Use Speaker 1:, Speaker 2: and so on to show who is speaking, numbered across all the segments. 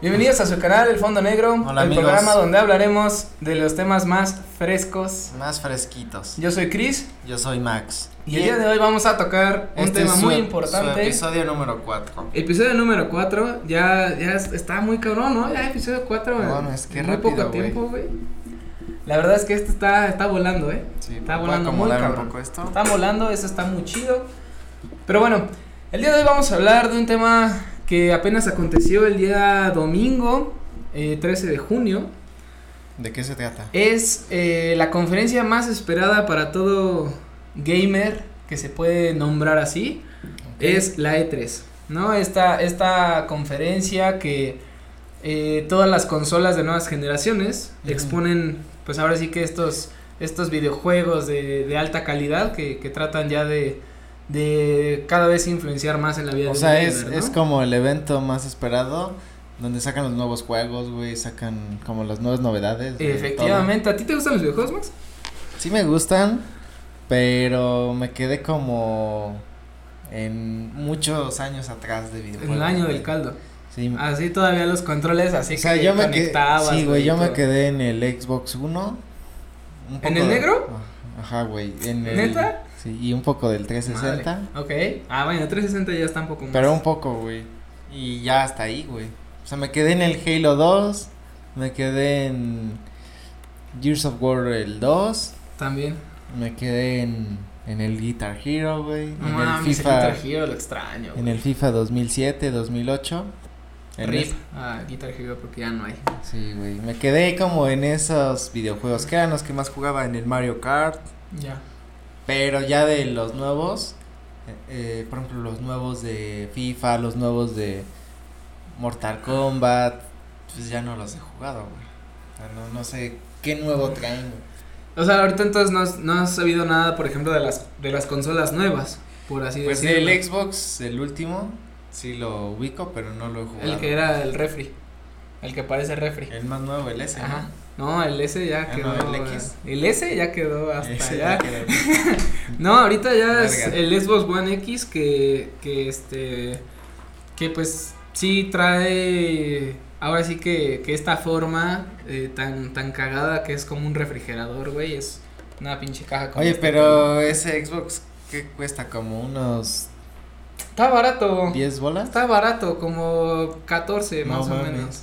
Speaker 1: Bienvenidos a su canal El Fondo Negro,
Speaker 2: Hola,
Speaker 1: el
Speaker 2: amigos.
Speaker 1: programa donde hablaremos de los temas más frescos.
Speaker 2: Más fresquitos.
Speaker 1: Yo soy Chris
Speaker 2: Yo soy Max.
Speaker 1: y el día de hoy vamos a tocar un
Speaker 2: Este es
Speaker 1: tema
Speaker 2: su
Speaker 1: muy
Speaker 2: ep- Su
Speaker 1: importante.
Speaker 2: episodio número 4.
Speaker 1: Episodio número 4, ya, ya es- está muy cabrón, ¿no? Ya episodio 4,
Speaker 2: No mames, qué
Speaker 1: muy
Speaker 2: rápido,
Speaker 1: poco
Speaker 2: güey.
Speaker 1: tiempo, güey. La verdad es que este está, está volando, ¿eh?
Speaker 2: Sí,
Speaker 1: Está
Speaker 2: voy a
Speaker 1: volando muy
Speaker 2: acomodar
Speaker 1: cabrón.
Speaker 2: un poco esto.
Speaker 1: Está volando, eso está muy chido. Pero bueno, el día de hoy vamos a hablar de un tema que apenas aconteció el día domingo, eh, 13 de junio.
Speaker 2: ¿De qué se trata?
Speaker 1: Es eh, la conferencia más esperada para todo gamer que se puede nombrar así. Es la E3, ¿no? Esta, esta conferencia que eh, todas las consolas de nuevas generaciones
Speaker 2: Ujú.
Speaker 1: exponen, pues ahora sí que estos, estos videojuegos de, de alta calidad que, que tratan ya de, de cada vez influenciar más en la vida
Speaker 2: O
Speaker 1: de
Speaker 2: sea,
Speaker 1: un
Speaker 2: es,
Speaker 1: gamer, ¿no?
Speaker 2: es como el evento más esperado donde sacan los nuevos juegos, güey, sacan como las nuevas novedades. de
Speaker 1: Efectivamente, ¿a ti te gustan los videojuegos, Max?
Speaker 2: todo. Sí me gustan, pero me quedé como en muchos años atrás de
Speaker 1: En
Speaker 2: videojuegos.
Speaker 1: el año del
Speaker 2: güey.
Speaker 1: caldo.
Speaker 2: Sí,
Speaker 1: Así todavía los controles, así
Speaker 2: o sea,
Speaker 1: que
Speaker 2: yo me quedé,
Speaker 1: conectabas.
Speaker 2: sí, güey, yo
Speaker 1: y
Speaker 2: me
Speaker 1: todo.
Speaker 2: quedé en el Xbox Uno. un
Speaker 1: ¿En el
Speaker 2: poco de-
Speaker 1: negro?
Speaker 2: Ajá, güey, en el
Speaker 1: ¿Neta?
Speaker 2: Sí, y un poco del 360,
Speaker 1: Madre, Ok. Ah, bueno, 360 ya está un poco más.
Speaker 2: pero un poco, güey. Y ya hasta ahí, güey. O sea, me quedé en el Halo 2, me quedé en Gears of War el 2,
Speaker 1: También.
Speaker 2: me quedé en en el Guitar Hero, güey,
Speaker 1: No
Speaker 2: en el
Speaker 1: mames, el
Speaker 2: FIFA
Speaker 1: Guitar Hero lo extraño.
Speaker 2: en el FIFA 2007, 2008. en
Speaker 1: RIP.
Speaker 2: es-
Speaker 1: Ah, Guitar Hero porque ya no hay.
Speaker 2: Sí, güey, me quedé como en esos videojuegos que eran los que más jugaba en el Mario Kart,
Speaker 1: Ya.
Speaker 2: Pero ya de los nuevos, eh, eh, por ejemplo, los nuevos de FIFA, los nuevos de Mortal Kombat, pues ya no los he jugado, güey. O sea, no, no sé qué nuevo traen, güey.
Speaker 1: O sea, ahorita entonces no has, no has sabido nada, por ejemplo, de las de las consolas nuevas, por así
Speaker 2: Pues
Speaker 1: decirlo.
Speaker 2: el Xbox, el último, sí lo ubico, pero no lo he jugado.
Speaker 1: El que era el refri. El que parece refri.
Speaker 2: El más nuevo, el S. ¿no?
Speaker 1: Ajá. No, el S ya
Speaker 2: Ah,
Speaker 1: quedó.
Speaker 2: no, el X.
Speaker 1: El S ya quedó hasta
Speaker 2: Ese
Speaker 1: allá.
Speaker 2: ya quedó.
Speaker 1: No, ahorita ya es
Speaker 2: Verga.
Speaker 1: el Xbox One X que, que este, que pues sí trae, ahora sí que, que esta forma eh, tan, tan cagada que es como un refrigerador, güey, es una pinche caja. con
Speaker 2: Oye,
Speaker 1: este pedo.
Speaker 2: pero ese Xbox, ¿qué cuesta? ¿Como unos
Speaker 1: Está barato,
Speaker 2: 10 bolas?
Speaker 1: está barato, como 14
Speaker 2: No
Speaker 1: más o
Speaker 2: mames.
Speaker 1: menos.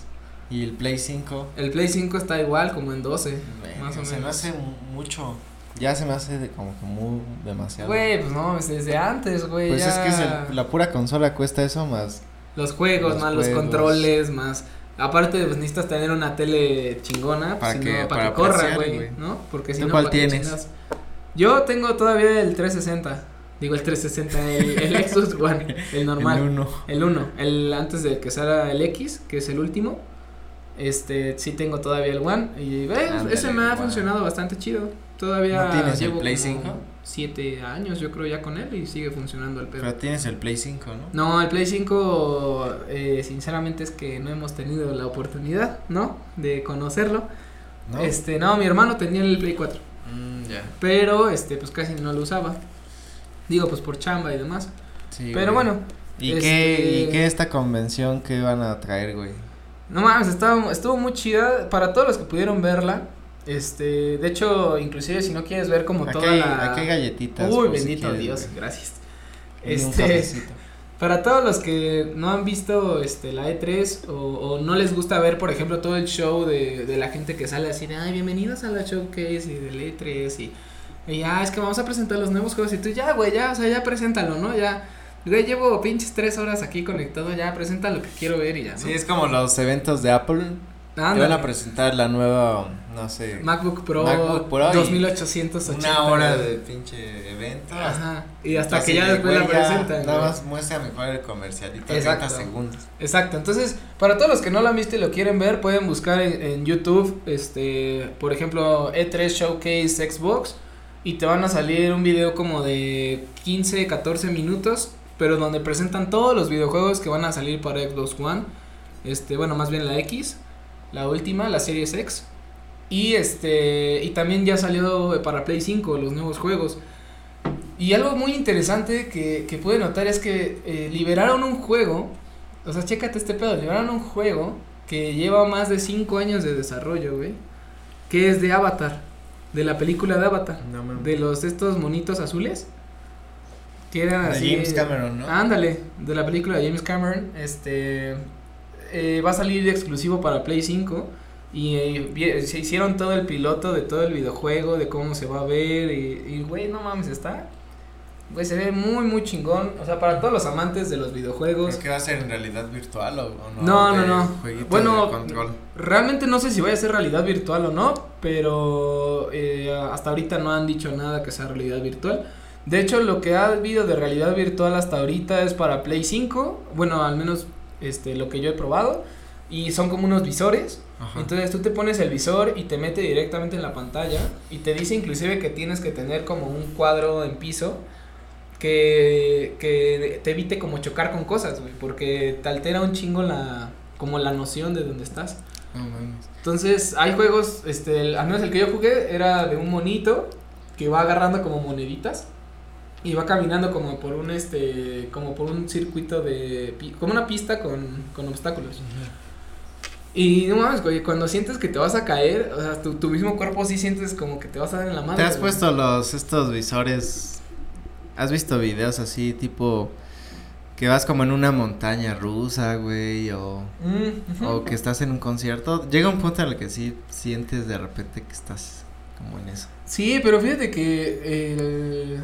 Speaker 2: ¿Y el Play 5?
Speaker 1: El Play 5 está igual, como en 12, más o
Speaker 2: se me
Speaker 1: menos.
Speaker 2: hace mu- mucho. Ya se me hace de- como que muy demasiado.
Speaker 1: Güey, pues no, es desde antes, güey,
Speaker 2: pues es
Speaker 1: ya-
Speaker 2: que es el- la pura consola cuesta eso más.
Speaker 1: Los juegos,
Speaker 2: Los
Speaker 1: más los
Speaker 2: juegos.
Speaker 1: controles, más. Aparte, pues necesitas tener una tele chingona, pues, para
Speaker 2: Para
Speaker 1: que,
Speaker 2: que-
Speaker 1: para
Speaker 2: para
Speaker 1: que corra,
Speaker 2: apreciar,
Speaker 1: güey,
Speaker 2: güey.
Speaker 1: ¿no? Porque si
Speaker 2: ¿Tú
Speaker 1: no.
Speaker 2: cuál
Speaker 1: ¿para qué
Speaker 2: tienes?
Speaker 1: chingas? Yo tengo todavía el 360. Digo, el 360, el, el Xbox One, el
Speaker 2: El
Speaker 1: normal.
Speaker 2: uno.
Speaker 1: El 1. El antes de que salga el X, que es el último. Este, sí tengo todavía el One. Y, eh,
Speaker 2: Ándale,
Speaker 1: ese me ha
Speaker 2: el One.
Speaker 1: funcionado bastante chido. Todavía.
Speaker 2: ¿No tienes el
Speaker 1: llevo
Speaker 2: Play
Speaker 1: como
Speaker 2: 5?
Speaker 1: Siete años, yo creo, ya con él y sigue funcionando el pedo.
Speaker 2: Pero tienes el Play 5, ¿no?
Speaker 1: No, el Play 5, eh, sinceramente es que no hemos tenido la oportunidad, ¿no? De conocerlo.
Speaker 2: ¿No?
Speaker 1: Este, no, mi hermano tenía el Play 4,
Speaker 2: Mm, ya.
Speaker 1: pero este, pues casi no lo usaba. Digo, pues por chamba y demás.
Speaker 2: Sí,
Speaker 1: pero
Speaker 2: güey.
Speaker 1: bueno,
Speaker 2: ¿Y,
Speaker 1: este-
Speaker 2: qué, ¿Y qué esta convención que van a traer, güey?
Speaker 1: no mames, estaba, estuvo muy chida para todos los que pudieron verla. Este, de hecho, inclusive si no quieres ver como
Speaker 2: Aquí,
Speaker 1: toda
Speaker 2: hay-
Speaker 1: la...
Speaker 2: aquí hay galletitas.
Speaker 1: Uy,
Speaker 2: por si
Speaker 1: bendito
Speaker 2: quieres,
Speaker 1: Dios,
Speaker 2: güey.
Speaker 1: gracias.
Speaker 2: Y un
Speaker 1: Este,
Speaker 2: cafecito.
Speaker 1: Para todos los que no han visto este, la E3 o, o no les gusta ver, por ejemplo, todo el show de, de la gente que sale así de, ay, bienvenidos a la showcase y del E3 y, y ah, es que vamos a presentar los nuevos juegos y tú ya, güey, ya, o sea, ya preséntalo, ¿no? Ya, güey, llevo pinches tres horas aquí conectado, ya, presenta lo que quiero ver y ya, ¿no?
Speaker 2: Sí, es como los eventos de Apple. Te
Speaker 1: Ándale.
Speaker 2: van a presentar la nueva, no sé.
Speaker 1: MacBook Pro,
Speaker 2: MacBook Pro y
Speaker 1: 2880.
Speaker 2: una hora de pinche evento.
Speaker 1: Ajá, y hasta
Speaker 2: Así
Speaker 1: que ya
Speaker 2: de,
Speaker 1: después la
Speaker 2: güey, ya
Speaker 1: presentan.
Speaker 2: Nada
Speaker 1: güey.
Speaker 2: más muestra mejor el comercialito.
Speaker 1: Exacto.
Speaker 2: 30 segundos.
Speaker 1: Exacto, entonces para todos los que no la han visto y lo quieren ver pueden buscar en, en YouTube, este, por ejemplo, E3 Showcase Xbox y te van a salir un video como de 15, 14 minutos, pero donde presentan todos los videojuegos que van a salir para Xbox One, este, bueno, más bien la X, la última, la Series X y este, y también ya salió eh, para Play 5 los nuevos juegos. Y algo muy interesante que, que pude notar es que eh, liberaron un juego o sea, chécate este pedo, liberaron un juego que lleva más de 5 años de desarrollo, güey, que es de Avatar, de la película de Avatar,
Speaker 2: No mames.
Speaker 1: de los estos monitos azules. Que eran
Speaker 2: De
Speaker 1: así.
Speaker 2: James Cameron, ¿no?
Speaker 1: Ándale, de la película de James Cameron, este eh, va a salir exclusivo para Play 5 y eh, vi- se hicieron todo el piloto de todo el videojuego, de cómo se va a ver y, y, güey, no mames, está güey, se ve muy muy chingón, o sea, para todos los amantes de los videojuegos.
Speaker 2: ¿Pero qué va a ser en realidad virtual o, o no?
Speaker 1: pues. No, no,
Speaker 2: De
Speaker 1: no.
Speaker 2: jueguito
Speaker 1: Bueno,
Speaker 2: de control.
Speaker 1: Realmente no sé si vaya a ser realidad virtual o no, pero eh, hasta ahorita no han dicho nada que sea realidad virtual. De hecho, lo que ha habido de realidad virtual hasta ahorita es para Play 5, bueno, al menos este lo que yo he probado, y son como unos visores.
Speaker 2: Ajá.
Speaker 1: Entonces tú te pones el visor y te mete directamente en la pantalla y te dice inclusive que tienes que tener como un cuadro en piso que, que te evite como chocar con cosas, güey, porque te altera un chingo la como la noción de dónde estás.
Speaker 2: No mames.
Speaker 1: Entonces, hay juegos, este, el- al menos el que yo jugué era de un monito que va agarrando como moneditas y va caminando como por un este como por un circuito de pi- como una pista con, con obstáculos. Y no mames, güey, cuando sientes que te vas a caer, o sea, tu, tu mismo cuerpo sí sientes como que te vas a dar en la madre.
Speaker 2: ¿Te has
Speaker 1: güey.
Speaker 2: puesto los estos visores? ¿Has visto videos así tipo que vas como en una montaña rusa, güey, o
Speaker 1: Mm, ujú.
Speaker 2: o que estás en un concierto? Llega un punto en el que sí sientes de repente que estás como en eso.
Speaker 1: Sí, pero fíjate que el-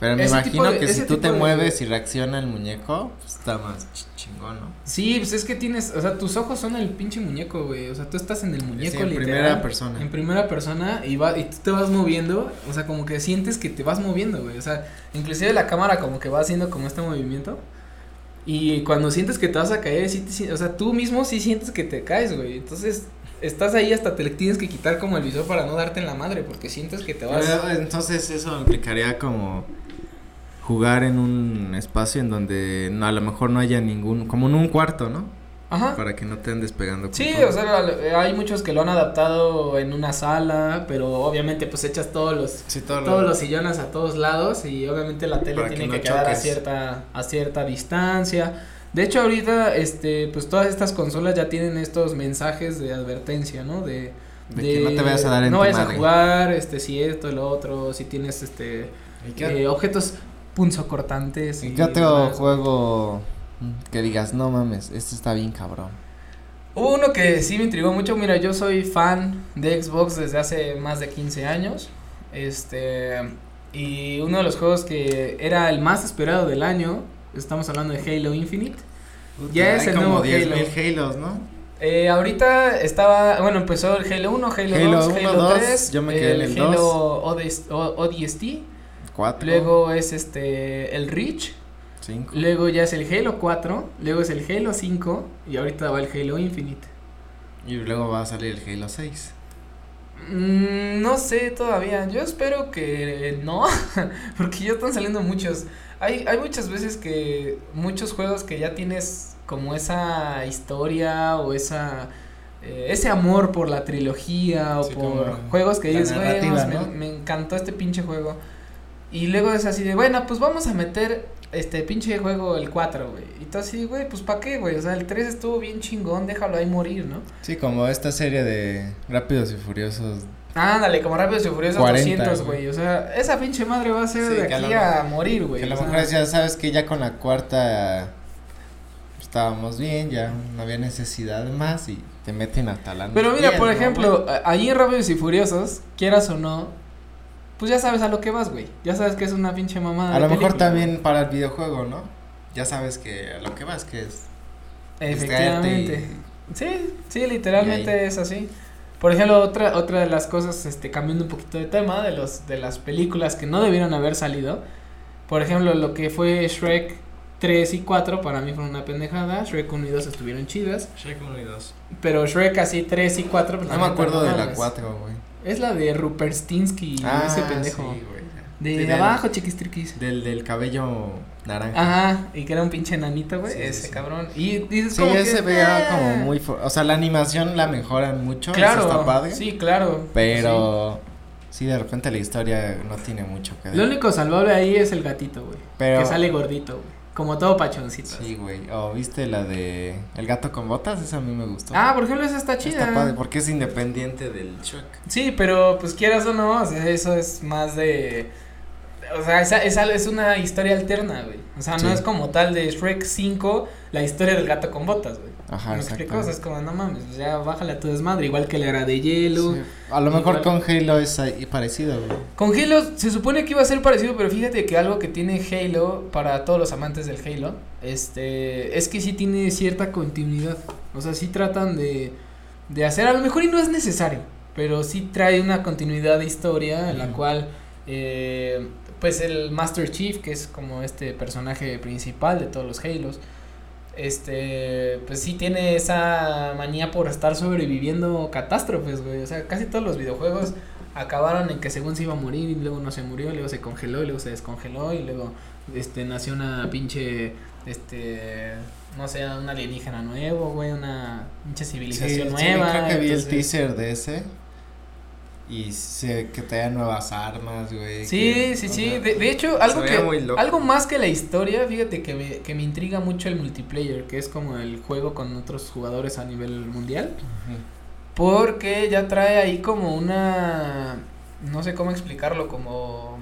Speaker 2: Pero me
Speaker 1: Ese tipo
Speaker 2: imagino
Speaker 1: de-
Speaker 2: que
Speaker 1: ese
Speaker 2: si tú
Speaker 1: tipo
Speaker 2: te
Speaker 1: de-
Speaker 2: mueves y reacciona el muñeco, pues, está más ch- chingón, ¿no?
Speaker 1: Sí, pues es que tienes, o sea, tus ojos son el pinche muñeco, güey, o sea, tú estás en el muñeco
Speaker 2: Sí, en
Speaker 1: literal.
Speaker 2: primera persona.
Speaker 1: En primera persona y, va, y tú te vas moviendo, o sea, como que sientes que te vas moviendo, güey. O sea, inclusive la cámara como que va haciendo como este movimiento. Y cuando sientes que te vas a caer, sí te sien- o sea, tú mismo sí sientes que te caes, güey. Entonces, estás ahí hasta te le tienes que quitar como el visor para no darte en la madre, porque sientes que te vas...
Speaker 2: Pero, Entonces eso implicaría como jugar en un espacio en donde no, a lo mejor no haya ningún, como en un cuarto, ¿no?
Speaker 1: Ajá.
Speaker 2: Para que no te anden despegando. con
Speaker 1: Sí,
Speaker 2: todo.
Speaker 1: o sea, al- hay muchos que lo han adaptado en una sala, pero obviamente pues echas todos los
Speaker 2: Sí, todo lo-
Speaker 1: todos los sillones a todos lados y obviamente la tele
Speaker 2: Para que
Speaker 1: tiene
Speaker 2: no
Speaker 1: que, quedar a
Speaker 2: choques.
Speaker 1: cierta a cierta distancia. De hecho, ahorita este pues todas estas consolas ya tienen estos mensajes de advertencia, ¿no? De
Speaker 2: De que no te vayas a dar en
Speaker 1: no
Speaker 2: tu
Speaker 1: vayas
Speaker 2: madre.
Speaker 1: a jugar, este si esto, lo otro, si tienes este
Speaker 2: ¿Y
Speaker 1: eh, objetos punzocortantes.
Speaker 2: ¿Y
Speaker 1: y
Speaker 2: qué otro
Speaker 1: demás.
Speaker 2: juego que digas, no mames, este está bien cabrón?
Speaker 1: Hubo uno que sí me intrigó mucho. Mira, yo soy fan de Xbox desde hace más de 15 años. Este. Y uno de los juegos que era el más esperado del año. Estamos hablando de Halo Infinite. Ya
Speaker 2: Hay
Speaker 1: es el
Speaker 2: como
Speaker 1: nuevo
Speaker 2: 10.000 Halos, ¿no?
Speaker 1: Eh, ahorita estaba. Bueno, empezó el Halo 1, Halo,
Speaker 2: Halo
Speaker 1: 2,
Speaker 2: 1,
Speaker 1: Halo
Speaker 2: 2,
Speaker 1: 3.
Speaker 2: yo me quedé en el
Speaker 1: Halo
Speaker 2: 2.
Speaker 1: ODS O- ODST.
Speaker 2: Cuatro.
Speaker 1: Luego es este. El Reach.
Speaker 2: Cinco.
Speaker 1: Luego ya es el Halo 4. Luego es el Halo 5. Y ahorita va el Halo Infinite.
Speaker 2: Y luego va a salir el Halo 6.
Speaker 1: Mm, No sé todavía. Yo espero que no, porque ya están saliendo muchos. Hay, hay muchas veces que muchos juegos que ya tienes como esa historia o esa eh, ese amor por la trilogía o
Speaker 2: Sí, como
Speaker 1: por juegos que
Speaker 2: la
Speaker 1: dices, "Güey, no,
Speaker 2: narrativa,
Speaker 1: me-
Speaker 2: ¿no?
Speaker 1: me, encantó este pinche juego. Y luego es así de, bueno, pues vamos a meter este pinche juego el 4, güey. Y tú así, güey, pues ¿para qué, güey? O sea, el 3 estuvo bien chingón, déjalo ahí morir, ¿no?
Speaker 2: Sí, como esta serie de Rápidos y Furiosos.
Speaker 1: Ándale, como Rápidos y Furiosos
Speaker 2: 40,
Speaker 1: 200, güey. O sea, esa pinche madre va a ser
Speaker 2: Sí,
Speaker 1: de
Speaker 2: que a
Speaker 1: aquí
Speaker 2: lo
Speaker 1: a,
Speaker 2: mejor-
Speaker 1: morir, güey.
Speaker 2: que a
Speaker 1: o
Speaker 2: lo
Speaker 1: sea,
Speaker 2: mejor ya sabes que ya con la cuarta estábamos bien, ya no había necesidad de más y te meten hasta la
Speaker 1: Pero mira,
Speaker 2: diez,
Speaker 1: por
Speaker 2: ¿no,
Speaker 1: ejemplo,
Speaker 2: güey?
Speaker 1: a- ahí en Rápidos y Furiosos, quieras o no, pues ya sabes a lo que vas, güey. Ya sabes que es una pinche mamada.
Speaker 2: a
Speaker 1: de
Speaker 2: lo mejor
Speaker 1: película.
Speaker 2: también para el videojuego, ¿no? Ya sabes que a lo que vas, que es este, distraerte
Speaker 1: Efectivamente.
Speaker 2: y-
Speaker 1: Sí, sí, literalmente
Speaker 2: ahí.
Speaker 1: es así. Por ejemplo, otra, otra de las cosas, este, cambiando un poquito de tema, de los, de las películas que no debieron haber salido. Por ejemplo, lo que fue Shrek 3 y 4 para mí fue una pendejada. Shrek 1 y 2 estuvieron chidas. Pero Shrek así 3 y 4. pues,
Speaker 2: No
Speaker 1: la
Speaker 2: me
Speaker 1: neta,
Speaker 2: acuerdo
Speaker 1: no
Speaker 2: de la
Speaker 1: mames.
Speaker 2: 4, güey. Ah,
Speaker 1: Es la de Rupert Stinsky, ese pendejo.
Speaker 2: sí, güey, ya.
Speaker 1: de
Speaker 2: Sí, del-
Speaker 1: abajo, chiquistriquis.
Speaker 2: Del, del cabello naranja.
Speaker 1: Ajá, y que era un pinche nanito, güey.
Speaker 2: Sí, sí,
Speaker 1: ese
Speaker 2: sí.
Speaker 1: cabrón. Y dices
Speaker 2: Sí,
Speaker 1: como que,
Speaker 2: ese veía
Speaker 1: "Ah".
Speaker 2: como muy. fu- O sea, la animación la mejoran mucho. Claro.
Speaker 1: Claro,
Speaker 2: Está padre.
Speaker 1: sí, claro.
Speaker 2: Pero. Sí, de repente la historia no tiene mucho que
Speaker 1: sí.
Speaker 2: ver.
Speaker 1: Lo único salvable ahí es el gatito, güey.
Speaker 2: Pero-
Speaker 1: Que sale gordito, güey. Como todo pachoncito.
Speaker 2: Sí, güey. O viste la de El gato con botas, esa a mí me gustó.
Speaker 1: Ah, por ejemplo, esa está chida.
Speaker 2: Está padre, porque es independiente del Chuck.
Speaker 1: Sí, pero pues quieras o no, o sea, eso es más de. O sea, esa, esa es una historia alterna, güey. O sea, no
Speaker 2: Sí.
Speaker 1: es como tal de Shrek 5, la historia del gato con botas, güey.
Speaker 2: Ajá,
Speaker 1: ¿Me
Speaker 2: exacto.
Speaker 1: explico? O sea, es como, no mames, pues ya bájale a tu desmadre, igual que la era de hielo.
Speaker 2: Sí. A lo mejor
Speaker 1: Igual.
Speaker 2: con Halo es ahí parecido, güey.
Speaker 1: Con Halo se supone que iba a ser parecido, pero fíjate que algo que tiene Halo para todos los amantes del Halo, este, es que sí tiene cierta continuidad. O sea, sí tratan de, de hacer, a lo mejor y no es necesario, pero sí trae una continuidad de historia en la
Speaker 2: Ujú.
Speaker 1: cual, eh, pues el Master Chief, que es como este personaje principal de todos los Halos, este, pues sí tiene esa manía por estar sobreviviendo catástrofes, güey. O sea, casi todos los videojuegos acabaron en que según se iba a morir y luego no se murió, y luego se congeló y luego se descongeló y luego, este, nació una pinche, este, no sé, un alienígena nuevo, güey, una pinche civilización nueva.
Speaker 2: creo que vi el
Speaker 1: entonces-
Speaker 2: teaser de ese. Y sé que te dan nuevas armas, güey.
Speaker 1: Sí,
Speaker 2: que-
Speaker 1: sí,
Speaker 2: o
Speaker 1: sí.
Speaker 2: sea,
Speaker 1: De, de hecho, algo
Speaker 2: ve
Speaker 1: que
Speaker 2: muy loco.
Speaker 1: algo más que la historia, fíjate que me, que me intriga mucho el multiplayer, que es como el juego con otros jugadores a nivel mundial,
Speaker 2: ujú.
Speaker 1: porque ya trae ahí como una no sé cómo explicarlo, como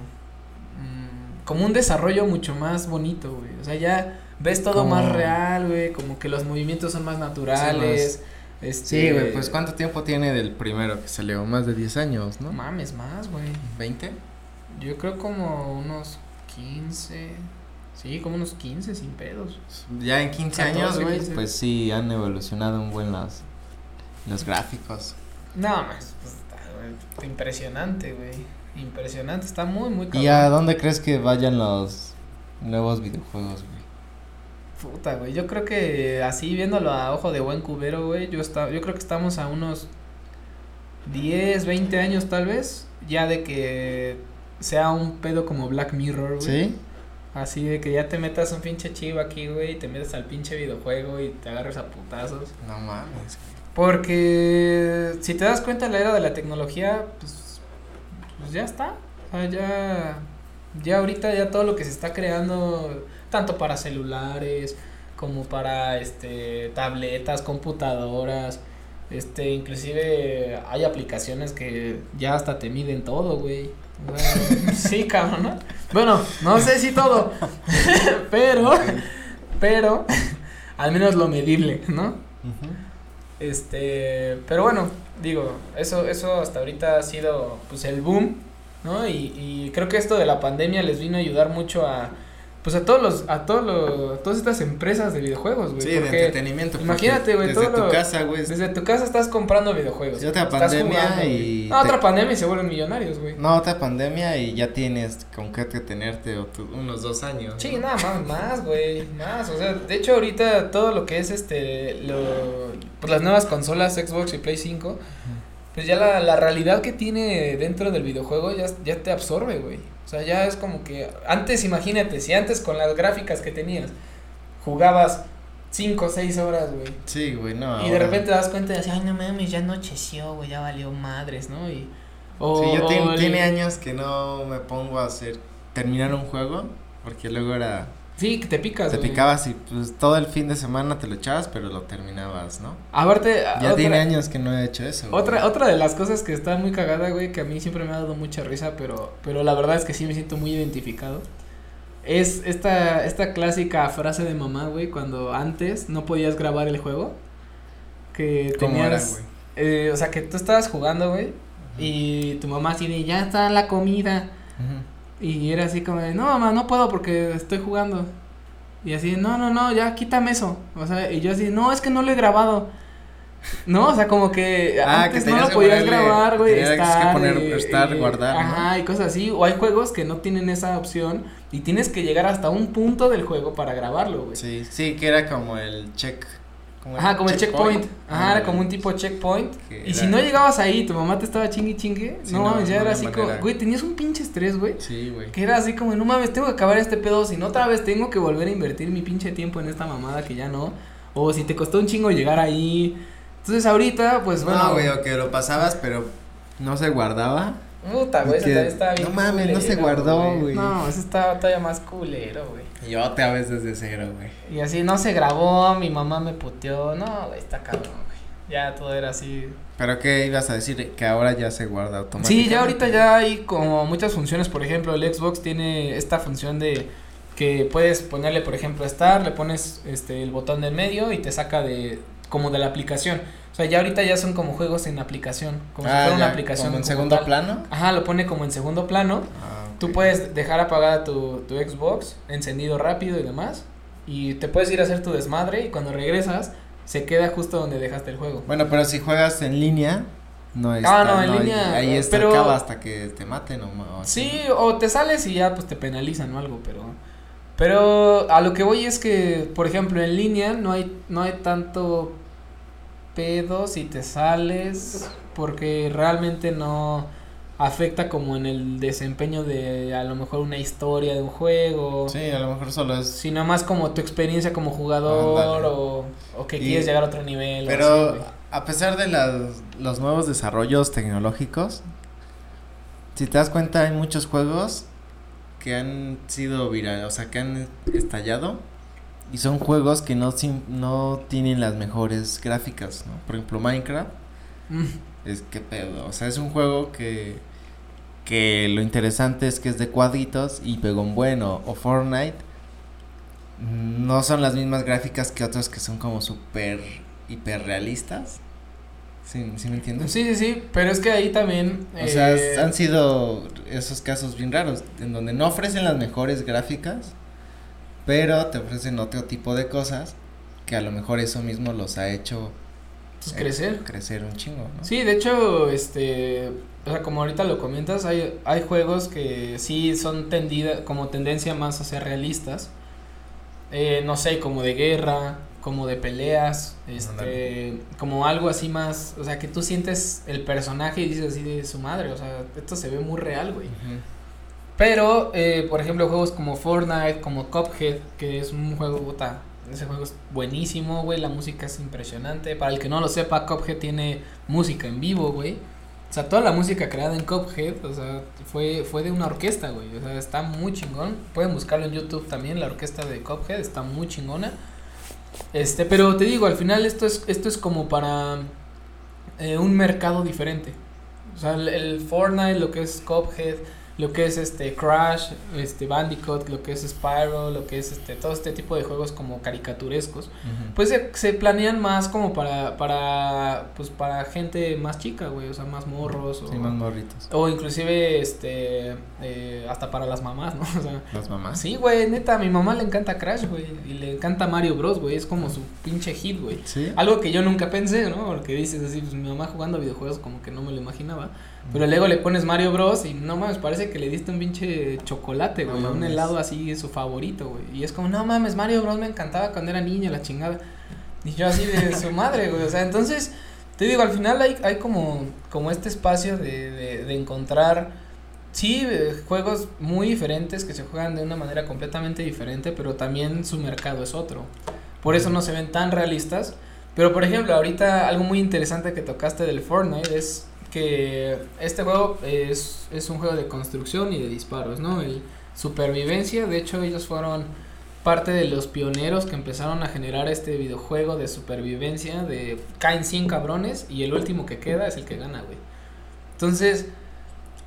Speaker 1: mm, como un desarrollo mucho más bonito, güey. O sea, ya ves todo
Speaker 2: Como-
Speaker 1: más real, güey, como que los movimientos son más naturales. este,
Speaker 2: Sí, güey, pues ¿cuánto tiempo tiene del primero que salió? Más de 10 años,
Speaker 1: No
Speaker 2: ¿no?
Speaker 1: mames más, güey.
Speaker 2: ¿20?
Speaker 1: Yo creo como unos 15. Sí, como unos 15 sin pedos.
Speaker 2: Ya en 15 años,
Speaker 1: 14,
Speaker 2: güey,
Speaker 1: 15.
Speaker 2: pues sí, han evolucionado un buen las, los gráficos.
Speaker 1: Nada más. pues, está, güey, está impresionante, güey. Impresionante. Está muy, muy
Speaker 2: ¿Y a dónde crees que vayan los nuevos videojuegos, güey?
Speaker 1: Puta, güey. Yo creo que así viéndolo a ojo de buen cubero, güey. Yo, está, yo creo que estamos a unos 10, 20 años tal vez. Ya de que sea un pedo como Black Mirror, güey.
Speaker 2: ¿Sí?
Speaker 1: Así de que ya te metas un pinche chivo aquí, güey. Y te metes al pinche videojuego y te agarres a putazos.
Speaker 2: No mames.
Speaker 1: Porque si te das cuenta la era de la tecnología, pues, pues ya está. O sea, ya, ya ahorita ya todo lo que se está creando, tanto para celulares como para este tabletas, computadoras, este inclusive hay aplicaciones que ya hasta te miden todo, güey. O sea, sí, cabrón, ¿no? Bueno, no sé si todo, pero, pero, al menos lo medible, ¿no? Este, pero bueno, digo, eso, eso hasta ahorita ha sido pues el boom, ¿no? Y, y creo que esto de la pandemia les vino a ayudar mucho a pues a todos los, a todos los, a todas estas empresas de videojuegos, güey.
Speaker 2: Sí, de
Speaker 1: porque
Speaker 2: entretenimiento. porque
Speaker 1: imagínate, güey,
Speaker 2: Desde
Speaker 1: todo
Speaker 2: tu
Speaker 1: lo-
Speaker 2: casa, güey.
Speaker 1: desde tu casa estás comprando videojuegos.
Speaker 2: Y otra
Speaker 1: estás
Speaker 2: pandemia
Speaker 1: güey.
Speaker 2: y
Speaker 1: No,
Speaker 2: te-
Speaker 1: otra pandemia y se vuelven millonarios, güey.
Speaker 2: No, otra pandemia y ya tienes con qué entretenerte o tu- unos dos años.
Speaker 1: Sí,
Speaker 2: ¿no?
Speaker 1: nada más, más, güey, más, o sea, de hecho ahorita todo lo que es este, lo, pues las nuevas consolas Xbox y Play 5, pues ya la, la realidad que tiene dentro del videojuego ya, ya te absorbe, güey, o sea, ya es como que, antes imagínate, si antes con las gráficas que tenías jugabas 5 o 6 horas, güey,
Speaker 2: Sí, güey, no.
Speaker 1: y de
Speaker 2: ahora-
Speaker 1: repente te das cuenta y dices, ay, no mames, ya anocheció, güey, ya valió madres, ¿no? Y, o,
Speaker 2: Sí, yo
Speaker 1: o
Speaker 2: ten-
Speaker 1: el-
Speaker 2: tiene años que no me pongo a hacer. terminar un juego. Porque luego era.
Speaker 1: Sí, que te picas,
Speaker 2: Te
Speaker 1: güey.
Speaker 2: picabas y pues todo el fin de semana te lo echabas, pero lo terminabas, ¿no?
Speaker 1: Aparte,
Speaker 2: Ya
Speaker 1: otra-
Speaker 2: tiene años que no he hecho eso. güey.
Speaker 1: Otra, otra de las cosas que está muy cagada, güey, que a mí siempre me ha dado mucha risa, pero, pero la verdad es que sí me siento muy identificado. Es esta, esta clásica frase de mamá, güey, cuando antes no podías grabar el juego. Que
Speaker 2: ¿Cómo era,
Speaker 1: tenías.
Speaker 2: güey?
Speaker 1: eh, o sea, que tú estabas jugando, güey, y tu mamá así de, ya está la comida.
Speaker 2: Ujú.
Speaker 1: Y era así como de, no, mamá, no puedo porque estoy jugando. Y así, no, no, no, ya quítame eso. O sea, y yo así, no, es que no lo he grabado. No, o sea, como que
Speaker 2: Ah,
Speaker 1: antes
Speaker 2: que
Speaker 1: no lo
Speaker 2: tenías que
Speaker 1: podías
Speaker 2: ponerle-
Speaker 1: grabar, güey.
Speaker 2: tenías que
Speaker 1: estar,
Speaker 2: poner-
Speaker 1: eh,
Speaker 2: estar,
Speaker 1: eh,
Speaker 2: guardar, ¿no?
Speaker 1: Ajá, y cosas así. O hay juegos que no tienen esa opción y tienes que llegar hasta un punto del juego para grabarlo, güey.
Speaker 2: Sí, sí, que era como el check. ¿cómo era?
Speaker 1: Ajá, como el checkpoint. Ajá,
Speaker 2: Ah,
Speaker 1: era como un tipo checkpoint.
Speaker 2: que
Speaker 1: Y si
Speaker 2: era-
Speaker 1: no llegabas ahí, tu mamá te estaba chingue y chingue.
Speaker 2: Sí,
Speaker 1: no,
Speaker 2: no,
Speaker 1: mames, ya
Speaker 2: no
Speaker 1: era
Speaker 2: había
Speaker 1: así como,
Speaker 2: manera.
Speaker 1: güey, tenías un pinche estrés, güey.
Speaker 2: Sí, güey.
Speaker 1: Que era así como, no mames, tengo que acabar este pedo, si no otra vez tengo que volver a invertir mi pinche tiempo en esta mamada que ya no. O si te costó un chingo llegar ahí. Entonces ahorita, pues bueno.
Speaker 2: No, güey, o que lo pasabas, pero no se guardaba.
Speaker 1: Puta, güey, ese
Speaker 2: Que-
Speaker 1: también estaba bien
Speaker 2: no mames, no se guardó, güey.
Speaker 1: No, ese estaba todavía más culero, güey.
Speaker 2: Yo te ves desde cero, güey.
Speaker 1: Y así no se grabó, mi mamá me puteó. No, güey, está cabrón, güey. Ya todo era así.
Speaker 2: Pero qué ibas a decir que ahora ya se guarda automáticamente.
Speaker 1: Sí, ya ahorita ya hay como muchas funciones, por ejemplo, el Xbox tiene esta función de que puedes ponerle, por ejemplo, Start, le pones este el botón del medio y te saca de como de la aplicación. O sea, ya ahorita ya son como juegos en aplicación, como si
Speaker 2: Ah,
Speaker 1: fuera una
Speaker 2: ya,
Speaker 1: aplicación
Speaker 2: Como en
Speaker 1: como
Speaker 2: segundo
Speaker 1: tal.
Speaker 2: plano.
Speaker 1: Ajá, lo pone como en segundo plano.
Speaker 2: Ah, ok.
Speaker 1: Tú puedes dejar apagada tu, tu Xbox, encendido rápido y demás, y te puedes ir a hacer tu desmadre y cuando regresas se queda justo donde dejaste el juego.
Speaker 2: Bueno, pero si juegas en línea, no está.
Speaker 1: Ah, no, en
Speaker 2: hay-
Speaker 1: línea, eh,
Speaker 2: Ahí está
Speaker 1: pero-
Speaker 2: acaba hasta que te maten o. o así.
Speaker 1: Sí, o te sales y ya pues te penalizan o algo, pero pero a lo que voy es que, por ejemplo, en línea no hay no hay tanto pedo si te sales porque realmente no afecta como en el desempeño de a lo mejor una historia de un juego.
Speaker 2: Sí, a lo mejor solo es.
Speaker 1: sino más como tu experiencia como jugador
Speaker 2: Ándale.
Speaker 1: o, o que
Speaker 2: Y-
Speaker 1: quieres llegar a otro nivel. o así,
Speaker 2: Pero
Speaker 1: güey.
Speaker 2: a pesar de las- los nuevos desarrollos tecnológicos, si te das cuenta hay muchos juegos que han sido virales, o sea, que han estallado y son juegos que no, sim- no tienen las mejores gráficas, ¿no? Por ejemplo, Minecraft
Speaker 1: Mm,
Speaker 2: es que pedo, o sea, es un juego que que lo interesante es que es de cuadritos y pegó un bueno o Fortnite no son las mismas gráficas que otros que son como super hiperrealistas. ¿Sí, ¿Sí me entiendes?
Speaker 1: Sí, sí, sí, pero es que ahí también...
Speaker 2: O sea,
Speaker 1: eh,
Speaker 2: han sido esos casos bien raros en donde no ofrecen las mejores gráficas, pero te ofrecen otro tipo de cosas que a lo mejor eso mismo los ha hecho
Speaker 1: pues,
Speaker 2: eh,
Speaker 1: crecer.
Speaker 2: crecer un chingo, ¿no?
Speaker 1: Sí, de hecho, este, o sea, como ahorita lo comentas, hay, hay juegos que sí son tendida, como tendencia más a ser realistas, eh, no sé, como de guerra, como de peleas, este,
Speaker 2: Ándale.
Speaker 1: como algo así más, o sea, que tú sientes el personaje y dices así de su madre, o sea, esto se ve muy real, güey.
Speaker 2: Ujú.
Speaker 1: Pero, eh, por ejemplo, juegos como Fortnite, como Cuphead, que es un juego, puta, ese juego es buenísimo, güey, la música es impresionante. Para el que no lo sepa, Cuphead tiene música en vivo, güey. O sea, toda la música creada en Cuphead, o sea, fue, fue de una orquesta, güey. O sea, está muy chingón. Pueden buscarlo en YouTube también, la orquesta de Cuphead, está muy chingona. Este, pero te digo, al final esto es, esto es como para eh, un mercado diferente. O sea, el, el Fortnite, lo que es Cuphead, lo que es este Crash, este Bandicoot, lo que es Spyro, lo que es este todo este tipo de juegos como caricaturescos,
Speaker 2: Ujú.
Speaker 1: pues se, se planean más como para para pues para gente más chica, güey, o sea, más morros o
Speaker 2: Sí, más morritos.
Speaker 1: o inclusive este eh, hasta para las mamás, ¿no? O sea,
Speaker 2: Las mamás.
Speaker 1: sí, güey, neta, a mi mamá le encanta Crash, güey, y le encanta Mario Bros, güey, es como su pinche hit, güey.
Speaker 2: Sí.
Speaker 1: Algo que yo nunca pensé, ¿no? Porque dices así, pues mi mamá jugando videojuegos como que no me lo imaginaba. Pero luego le pones Mario Bros y no mames, parece que le diste un pinche chocolate,
Speaker 2: No
Speaker 1: güey. un
Speaker 2: mames.
Speaker 1: helado así, su favorito, güey. Y es como, no mames, Mario Bros me encantaba cuando era niña, la chingada. Y yo así de su madre, güey. O sea, entonces, te digo, al final hay, hay como, como este espacio de, de, de encontrar, sí, eh, juegos muy diferentes que se juegan de una manera completamente diferente, pero también su mercado es otro. Por eso no se ven tan realistas. Pero, por ejemplo, ahorita algo muy interesante que tocaste del Fortnite es que este juego es, es un juego de construcción y de disparos, ¿no? El supervivencia, de hecho, ellos fueron parte de los pioneros que empezaron a generar este videojuego de supervivencia de caen 100 cabrones y el último que queda es el que gana, güey. Entonces,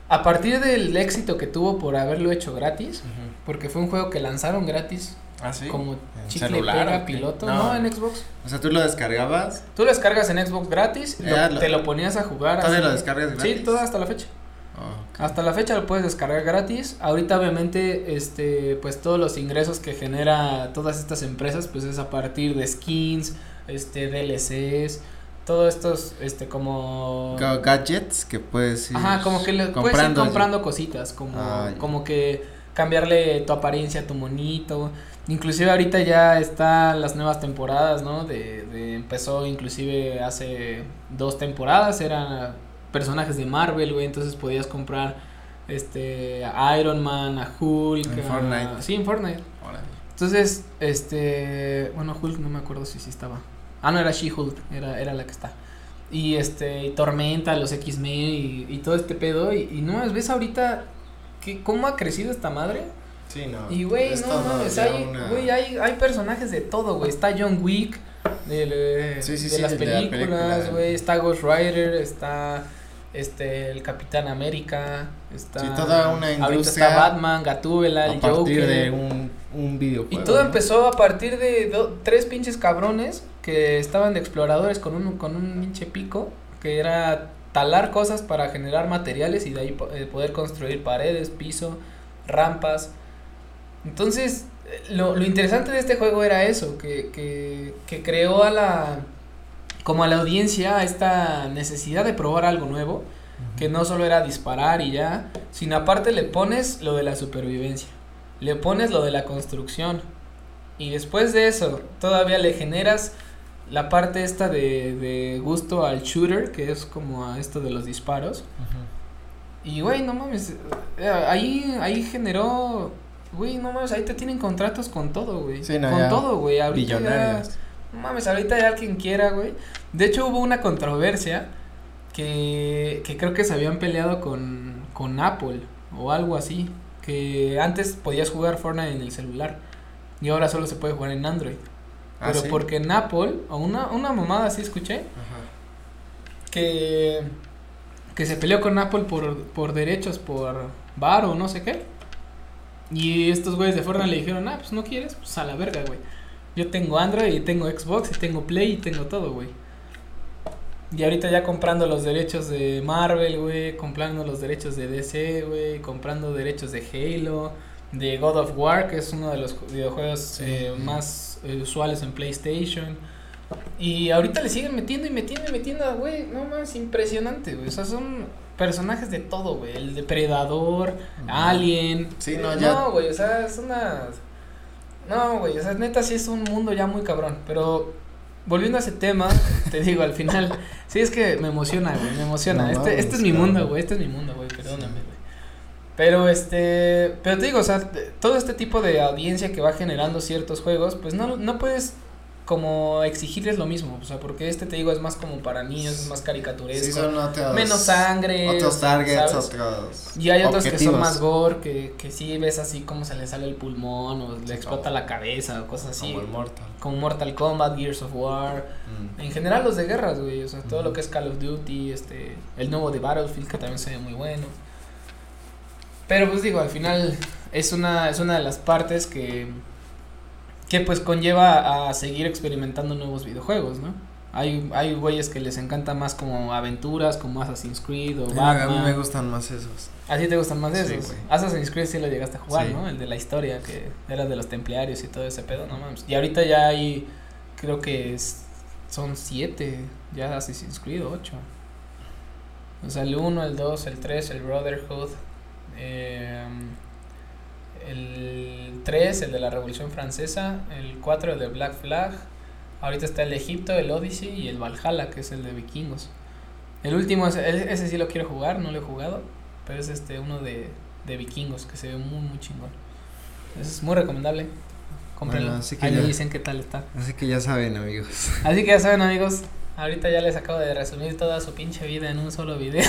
Speaker 1: a partir del éxito que tuvo por haberlo hecho gratis,
Speaker 2: Ujú.
Speaker 1: porque fue un juego que lanzaron gratis
Speaker 2: Ah, sí.
Speaker 1: como
Speaker 2: ¿En
Speaker 1: chicle
Speaker 2: celular
Speaker 1: pega
Speaker 2: o qué?
Speaker 1: piloto,
Speaker 2: No.
Speaker 1: no. en Xbox.
Speaker 2: O sea, tú lo descargabas.
Speaker 1: Tú lo descargas en Xbox gratis, lo-
Speaker 2: Ya, Eh, lo-
Speaker 1: te lo ponías a jugar
Speaker 2: ¿Todavía
Speaker 1: así.
Speaker 2: lo descargas gratis?
Speaker 1: Sí, todo hasta la fecha.
Speaker 2: Oh, ok.
Speaker 1: Hasta la fecha lo puedes descargar gratis. Ahorita obviamente este pues todos los ingresos que genera todas estas empresas pues es a partir de skins, este DLCs, todos estos este como
Speaker 2: Ga- Gadgets que puedes ir
Speaker 1: Ajá, como que le puedes ir
Speaker 2: comprando.
Speaker 1: comprando cositas, como
Speaker 2: Ah, ya.
Speaker 1: como que cambiarle tu apariencia a tu monito. Inclusive ahorita ya están las nuevas temporadas, ¿no? De, de empezó inclusive hace dos temporadas eran personajes de Marvel, güey, entonces podías comprar este a Iron Man, a Hulk,
Speaker 2: En
Speaker 1: a-
Speaker 2: Fortnite.
Speaker 1: Sí, en Fortnite.
Speaker 2: Órale.
Speaker 1: Entonces, este, bueno, Hulk no me acuerdo si sí estaba. Ah, no era She-Hulk, era era la que está. Y este, y Tormenta, los X-Men y, y todo este pedo. Y, y no más, ¿ves ahorita qué, cómo ha crecido esta madre?
Speaker 3: Sí, no.
Speaker 1: Y güey,
Speaker 3: Ah, esto
Speaker 1: no mames,
Speaker 3: ya
Speaker 1: hay,
Speaker 3: una-
Speaker 1: güey, hay, hay personajes de todo, güey. Está John Wick del, eh,
Speaker 3: Sí, sí,
Speaker 1: de
Speaker 3: sí,
Speaker 1: las
Speaker 3: el de la
Speaker 1: películas,
Speaker 3: película.
Speaker 1: güey. Está Ghost Rider, está este el Capitán América, está
Speaker 3: Sí, toda una
Speaker 1: ahorita
Speaker 3: industria
Speaker 1: está Batman, Gatúbela,
Speaker 3: A
Speaker 1: el
Speaker 3: partir
Speaker 1: Joker.
Speaker 3: de un, un videojuego.
Speaker 1: Y todo
Speaker 3: ¿no?
Speaker 1: empezó a partir de do- tres pinches cabrones que estaban de exploradores con un, con un pinche pico que era talar cosas para generar materiales y de ahí po- eh, poder construir paredes, piso, rampas. Entonces, eh, lo, lo interesante de este juego era eso, que, que, que creó a la, como a la audiencia esta necesidad de probar algo nuevo, que no solo era disparar y ya, sino aparte le pones lo de la supervivencia le pones lo de la construcción y después de eso todavía le generas la parte esta de, de gusto al shooter, que es como a esto de los disparos.
Speaker 2: Ujú.
Speaker 1: Y güey, no mames, eh, ahí, ahí generó, güey, no mames, ahí te tienen contratos con todo, güey.
Speaker 2: Sí, no,
Speaker 1: con
Speaker 2: ya
Speaker 1: todo, güey. Ahorita ya,
Speaker 2: Billonarios.
Speaker 1: no mames, ahorita ya quien quiera, güey. De hecho hubo una controversia que, que creo que se habían peleado con, con Apple o algo así. Que antes podías jugar Fortnite en el celular y ahora solo se puede jugar en Android.
Speaker 3: Ah,
Speaker 1: pero
Speaker 3: ¿sí?
Speaker 1: porque en Apple, o una, una mamada así escuché,
Speaker 3: Ajá.
Speaker 1: que, que se peleó con Apple por, por derechos, por bar o no sé qué. Y estos güeyes de Fortnite le dijeron, ah, pues no quieres, pues a la verga, güey. Yo tengo Android y tengo Xbox y tengo Play y tengo todo, güey. Y ahorita ya comprando los derechos de Marvel, güey, comprando los derechos de DC, güey, comprando derechos de Halo, de God of War, que es uno de los ju- videojuegos eh, más eh, usuales en PlayStation. Y ahorita le siguen metiendo y metiendo y metiendo, güey, no más, impresionante, güey. O sea, son personajes de todo, güey. El depredador, Alien.
Speaker 3: Sí,
Speaker 1: Eh,
Speaker 3: no, ya-
Speaker 1: No, güey, o sea, es una... No, güey, o sea, neta sí es un mundo ya muy cabrón, pero volviendo a ese tema, te digo, al final, sí es que me emociona, güey, me emociona.
Speaker 3: No
Speaker 1: este,
Speaker 3: mames,
Speaker 1: este es mi
Speaker 3: claro.
Speaker 1: mundo, güey, este es mi mundo, güey, perdóname, güey. Pero este, pero te digo, o sea, de- todo este tipo de audiencia que va generando ciertos juegos, pues no, no puedes como exigirles lo mismo, o sea, porque este te digo es más como para niños, es más caricaturesco.
Speaker 3: Sí, son otros.
Speaker 1: menos sangre,
Speaker 3: Otros targets,
Speaker 1: ¿sabes?
Speaker 3: otros.
Speaker 1: Y hay otros que
Speaker 3: objetivos.
Speaker 1: son más gore, que, que sí ves así como se le sale el pulmón o le explota la cabeza o cosas así.
Speaker 3: Como el Mortal.
Speaker 1: Como Mortal Kombat, Gears of War.
Speaker 3: Mm.
Speaker 1: En general los de guerras, güey. O sea, todo lo que es Call of Duty, este, el nuevo de Battlefield que también se ve muy bueno. Pero pues digo, al final es una, es una de las partes que, que pues conlleva a seguir experimentando nuevos videojuegos, ¿no? Hay, hay güeyes que les encanta más como aventuras, como Assassin's Creed o
Speaker 2: Eh, A mí
Speaker 1: Batman.
Speaker 2: me gustan más esos.
Speaker 1: ¿A ti te gustan más
Speaker 3: Sí,
Speaker 1: esos?
Speaker 3: güey.
Speaker 1: Assassin's Creed sí lo llegaste a jugar,
Speaker 2: Sí.
Speaker 1: ¿no? El de la historia, que era de los templarios y todo ese pedo, no mames. Y ahorita ya hay, creo que es- son siete, ya Assassin's Creed, ocho. O sea, el uno, el dos, el tres, el Brotherhood, eh, el tres, el de la Revolución Francesa, el cuatro, el de Black Flag, ahorita está el de Egipto, el Odyssey y el Valhalla, que es el de vikingos. El último, es- el- ese sí lo quiero jugar, no lo he jugado, pero es este uno de, de vikingos que se ve muy, muy chingón. Es muy recomendable. Cómprenlo.
Speaker 2: Bueno, así que
Speaker 1: Ahí me
Speaker 2: ya.
Speaker 1: dicen qué tal está.
Speaker 2: Así que ya saben, amigos.
Speaker 1: Así que ya saben, amigos, ahorita ya les acabo de resumir toda su pinche vida en un solo video.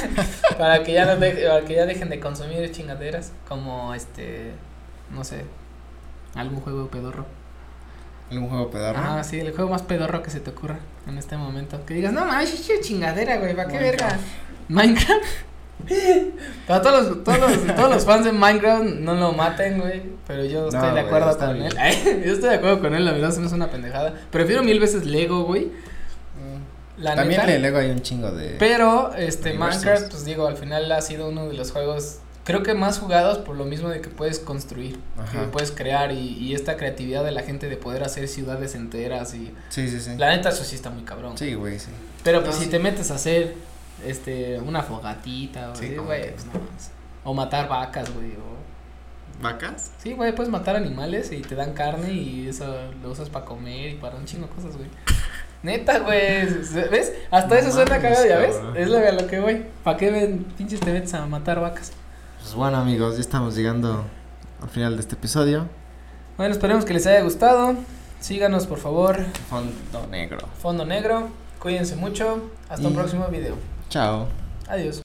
Speaker 1: para que ya no de- para que ya dejen de consumir chingaderas como este no sé, algún juego pedorro.
Speaker 3: ¿Algún juego pedarro?
Speaker 1: Ah, sí, el juego más pedorro que se te ocurra en este momento. Que digas, no mames, chiche chingadera, güey, ¿para qué verga? Minecraft. Para todos los, todos los, todos los fans de Minecraft no lo maten, güey. Pero yo estoy
Speaker 3: No,
Speaker 1: de
Speaker 3: güey,
Speaker 1: acuerdo
Speaker 3: está
Speaker 1: con
Speaker 3: bien.
Speaker 1: él. yo estoy de acuerdo con él, la verdad se me hace una pendejada. Prefiero mil veces Lego, güey.
Speaker 3: Mm.
Speaker 1: La
Speaker 2: También
Speaker 1: neta.
Speaker 2: le Lego hay un chingo de.
Speaker 1: Pero, este,
Speaker 3: Universos.
Speaker 1: Minecraft, pues digo, al final ha sido uno de los juegos, creo que más jugados por lo mismo de que puedes construir, que
Speaker 3: Ajá.
Speaker 1: puedes crear y, y esta creatividad de la gente de poder hacer ciudades enteras y
Speaker 2: Sí, sí, sí.
Speaker 1: la neta eso sí está muy cabrón.
Speaker 2: Sí, güey, sí.
Speaker 1: Pero pues
Speaker 3: No,
Speaker 1: si
Speaker 3: sí.
Speaker 1: te metes a hacer, este, una fogatita o
Speaker 3: Sí,
Speaker 1: así,
Speaker 3: como
Speaker 1: güey,
Speaker 3: que-
Speaker 1: pues, no mames. o matar vacas, güey, o...
Speaker 3: ¿Vacas?
Speaker 1: Sí, güey, puedes matar animales y te dan carne y eso lo usas para comer y para un chingo de cosas, güey. Neta, güey. ¿Ves? Hasta
Speaker 3: No
Speaker 1: eso suena
Speaker 3: mames,
Speaker 1: cagado, ¿ya ves?
Speaker 3: cabrón.
Speaker 1: Es lo, a lo que voy. ¿Para qué ven, pinches te metes a matar vacas?
Speaker 2: Pues bueno, amigos, ya estamos llegando al final de este episodio.
Speaker 1: Bueno, esperemos que les haya gustado. Síganos, por favor.
Speaker 2: Fondo negro.
Speaker 1: Fondo Negro. Cuídense mucho. Hasta un
Speaker 2: Y-
Speaker 1: próximo video.
Speaker 2: Chao.
Speaker 1: Adiós.